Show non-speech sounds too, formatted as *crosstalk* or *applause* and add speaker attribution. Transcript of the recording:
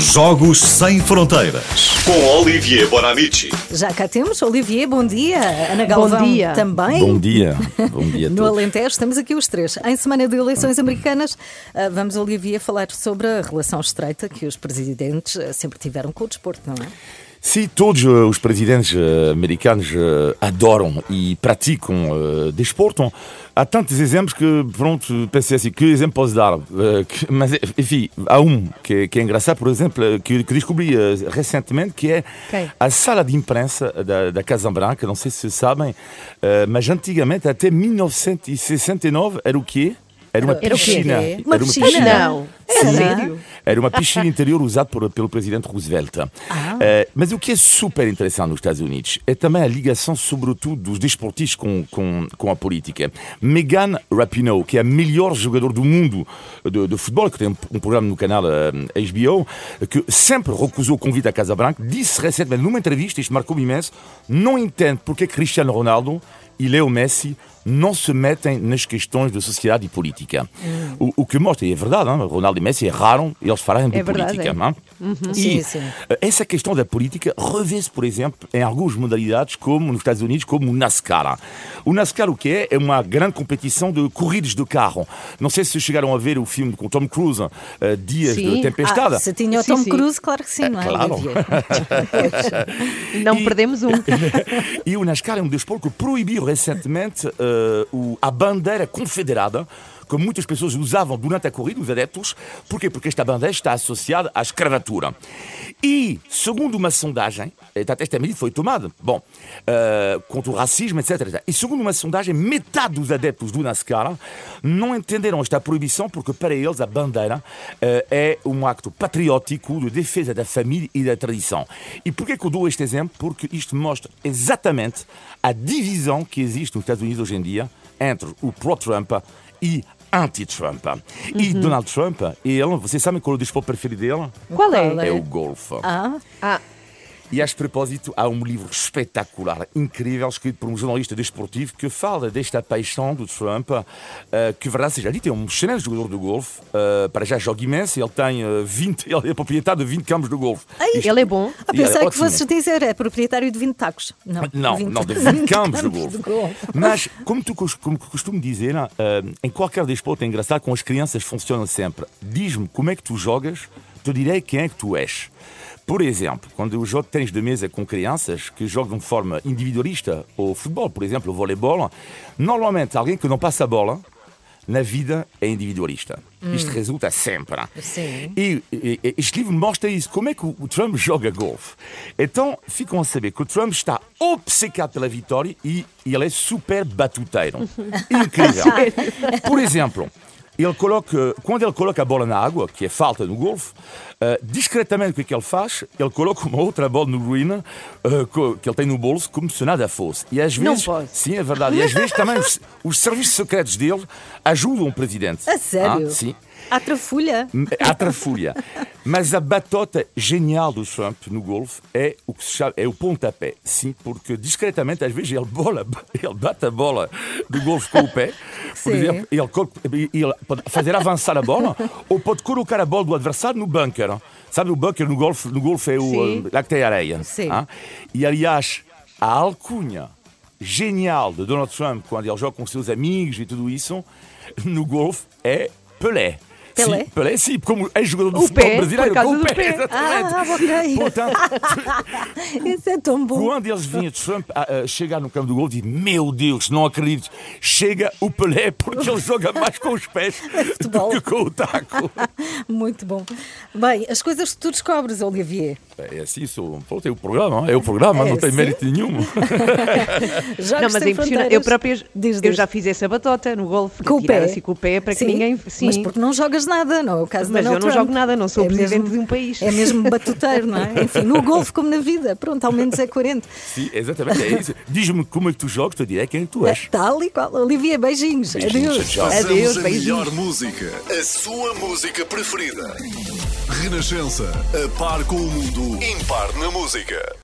Speaker 1: Jogos Sem Fronteiras. Com Olivier Bonamici.
Speaker 2: Já cá temos, Olivier, bom dia. Ana Galvão
Speaker 3: Bom dia.
Speaker 2: também.
Speaker 4: Bom dia, bom dia a
Speaker 2: No
Speaker 4: todos.
Speaker 2: Alentejo, estamos aqui os três. Em semana de eleições americanas, ah, vamos, Olivier, falar sobre a relação estreita que os presidentes ah, sempre tiveram com o desporto, não é?
Speaker 4: Sim, todos eh, os presidentes eh, americanos eh, adoram e praticam eh, desporto. Há tantos exemplos que, pronto, pensei assim, que exemplo posso dar? Eh, que- mas, eh, enfim, há um que, que é engraçado, por exemplo, eh, que, que descobri eh, recentemente, que é
Speaker 2: Quem?
Speaker 4: a sala de imprensa da, da Casa Branca, não sei se sabem, eh, mas antigamente, até 1969, era o quê? Era uma
Speaker 2: Era o quê?
Speaker 4: piscina.
Speaker 2: Uma
Speaker 4: Era
Speaker 2: piscina?
Speaker 3: Não.
Speaker 4: É
Speaker 2: Será?
Speaker 3: Sério?
Speaker 4: Era uma piscina interior usada por, pelo presidente Roosevelt. Eh, mas o que é super interessante nos Estados Unidos é também a ligação, sobretudo, dos desportistas com, com, com a política. Megan Rapinoe, que é a melhor jogadora do mundo de, de futebol, que tem um, um programa no canal eh, HBO, que sempre recusou o convite à Casa Branca, disse recentemente numa entrevista, isto marcou imenso, não entende porque Cristiano Ronaldo e Leo Messi não se metem nas questões de sociedade e política. O, o que mostra, e é verdade, hein, Ronaldo e Messi erraram e eles falaram de
Speaker 3: É verdade,
Speaker 4: política.
Speaker 3: é.
Speaker 4: hein? E
Speaker 2: Sim, sim.
Speaker 4: eh, essa questão da política revê-se, por exemplo, em algumas modalidades, como nos Estados Unidos, como o NASCAR. O NASCAR, o que é? É uma grande competição de corridas de carro. Não sei se chegaram a ver o filme com Tom Cruise, eh, Dias
Speaker 3: Sim.
Speaker 4: de Tempestade.
Speaker 2: Ah, se tinha o
Speaker 3: Sim,
Speaker 2: Tom
Speaker 3: sim.
Speaker 2: Cruise, claro que sim, não é?
Speaker 4: claro. *laughs*
Speaker 2: Olivier?
Speaker 3: Não
Speaker 4: E-
Speaker 3: perdemos
Speaker 2: *laughs*
Speaker 3: um.
Speaker 4: *laughs* e o NASCAR é um desporto que proibiu recentemente eh, o- a bandeira confederada que muitas pessoas usavam durante a corrida, os adeptos. Porquê? Porque esta bandeira está associada à escravatura. E, segundo uma sondagem, eh, até esta medida foi tomada, bom, eh, contra o racismo, etc, etc. E segundo uma sondagem, metade dos adeptos do NASCAR não entenderam esta proibição porque, para eles, a bandeira eh, é um acto patriótico de defesa da família e da tradição. E porquê que eu dou este exemplo? Porque isto mostra exatamente a divisão que existe nos Estados Unidos hoje em dia entre o pró-Trump e anti-Trump. E Donald Trump, ele, vocês sabem qual é o desporto preferido dele?
Speaker 3: Qual
Speaker 2: Qual
Speaker 3: é?
Speaker 2: é?
Speaker 4: É o golfe.
Speaker 2: Ah,
Speaker 3: Ah,
Speaker 4: E a este propósito, há um livro espetacular, incrível, escrito por um jornalista desportivo que fala desta paixão do Trump, eh, que, verdade seja dita, é um excelente jogador de golfe, eh, para já joga imenso, ele tem eh, 20, *laughs* ele é proprietário de 20 campos de golfe. Isto-
Speaker 3: ele é bom.
Speaker 2: ah,
Speaker 4: E era
Speaker 2: pensei que
Speaker 4: ótimo.
Speaker 2: fosses dizer, é proprietário de 20 tacos. Não,
Speaker 4: Não,
Speaker 2: 20
Speaker 4: não, de 20 campos de
Speaker 2: campos
Speaker 4: golfe.
Speaker 2: de golfe.
Speaker 4: Mas, como tu cos- como costumo dizer, ah, em qualquer desporto é engraçado com as crianças funciona sempre. Diz-me como é que tu jogas, te direi quem é que tu és. Por exemplo, quando eu jogo ténis de mesa com crianças que jogam de forma individualista ou futebol, por exemplo, o voleibol, normalmente alguém que não passa a bola na vida é individualista. Isto resulta sempre.
Speaker 2: Hum. Sim.
Speaker 4: E, e- e este livro mostra isso. Como é que o, o Trump joga golfe? Então, ficam a saber que o Trump está obcecado pela vitória e ele é super batuteiro. Incrível. Por exemplo, ele coloca, quando ele coloca a bola na água, que é falta no golfe, eh, discretamente o que é que ele faz? Ele coloca uma outra bola no green eh, co- que ele tem no bolso, como se nada fosse. E às
Speaker 3: Não
Speaker 4: vezes,
Speaker 3: pode.
Speaker 4: sim, é verdade. E às vezes também os, os serviços secretos dele ajudam o presidente.
Speaker 2: A sério?
Speaker 4: Ah, sim.
Speaker 2: À
Speaker 4: *laughs*
Speaker 2: trafulha.
Speaker 4: À trafulha. Mas a batota genial do Trump no golfe é o que se chama, é o pontapé. Sim, porque discretamente, às vezes, ele, bola, *laughs* ele bate a bola do golfe com o pé. Por
Speaker 2: Sim.
Speaker 4: exemplo, ele, col- ele pode fazer avançar a bola ou pode colocar a bola do adversário no bunker. Sabe, o bunker no golfe, no golfe é o
Speaker 3: Sim.
Speaker 4: eh, lá que tem areia.
Speaker 2: Sim.
Speaker 4: Hã? E, aliás, a alcunha genial de Donald Trump quando ele joga com seus amigos e tudo isso *laughs* no golfe é Pelé.
Speaker 2: Pelé?
Speaker 4: Sim, Pelé, eh, sim, como é jogador do
Speaker 3: O
Speaker 4: futebol
Speaker 3: pé,
Speaker 4: brasileiro,
Speaker 3: por causa
Speaker 4: com o
Speaker 3: do
Speaker 4: pé,
Speaker 3: pé.
Speaker 4: exatamente.
Speaker 2: Ah, ok.
Speaker 4: Portanto,
Speaker 2: Isso é tão bom.
Speaker 4: quando eles vinham Trump ah, euh, a, a chegar no campo do gol, diz: Meu Deus, não acredito, chega o Pelé porque ele joga mais com os pés do
Speaker 2: Futebol.
Speaker 4: *laughs* que com o taco.
Speaker 2: Muito bom. Bem, as coisas que tu descobres, Olivier.
Speaker 4: É assim, isso, pronto, é o programa, é o programa,
Speaker 2: É
Speaker 4: não tem
Speaker 2: assim?
Speaker 4: mérito nenhum. *laughs*
Speaker 2: Jogos
Speaker 3: Não, mas é
Speaker 2: sem
Speaker 3: impressionante.
Speaker 2: fronteiras.
Speaker 3: Eu própria
Speaker 2: Diz,
Speaker 3: eu
Speaker 2: diz.
Speaker 3: já fiz essa batota no golfe.
Speaker 2: Com o
Speaker 3: tirar
Speaker 2: pé.
Speaker 3: assim com o pé para
Speaker 2: Sim,
Speaker 3: que ninguém. Sim.
Speaker 2: Mas porque não jogas nada, não é o caso de
Speaker 3: Mas
Speaker 2: Donald
Speaker 3: eu não
Speaker 2: Trump.
Speaker 3: jogo nada, não sou o presidente de um país.
Speaker 2: É mesmo batuteiro, não
Speaker 3: *laughs*
Speaker 2: é? Enfim, no golfe como na vida. Pronto, ao menos é 40.
Speaker 4: sim, exatamente, é isso. Diz-me como é que tu jogas, te direi quem é que tu és.
Speaker 2: Tal e qual. Olivier, beijinhos.
Speaker 4: Beijinhos,
Speaker 2: Adeus.
Speaker 4: tchau.
Speaker 3: Adeus,
Speaker 5: Passamos a
Speaker 3: beijinhos.
Speaker 5: melhor música, a sua música preferida. Renascença, a par com o mundo, impar na música.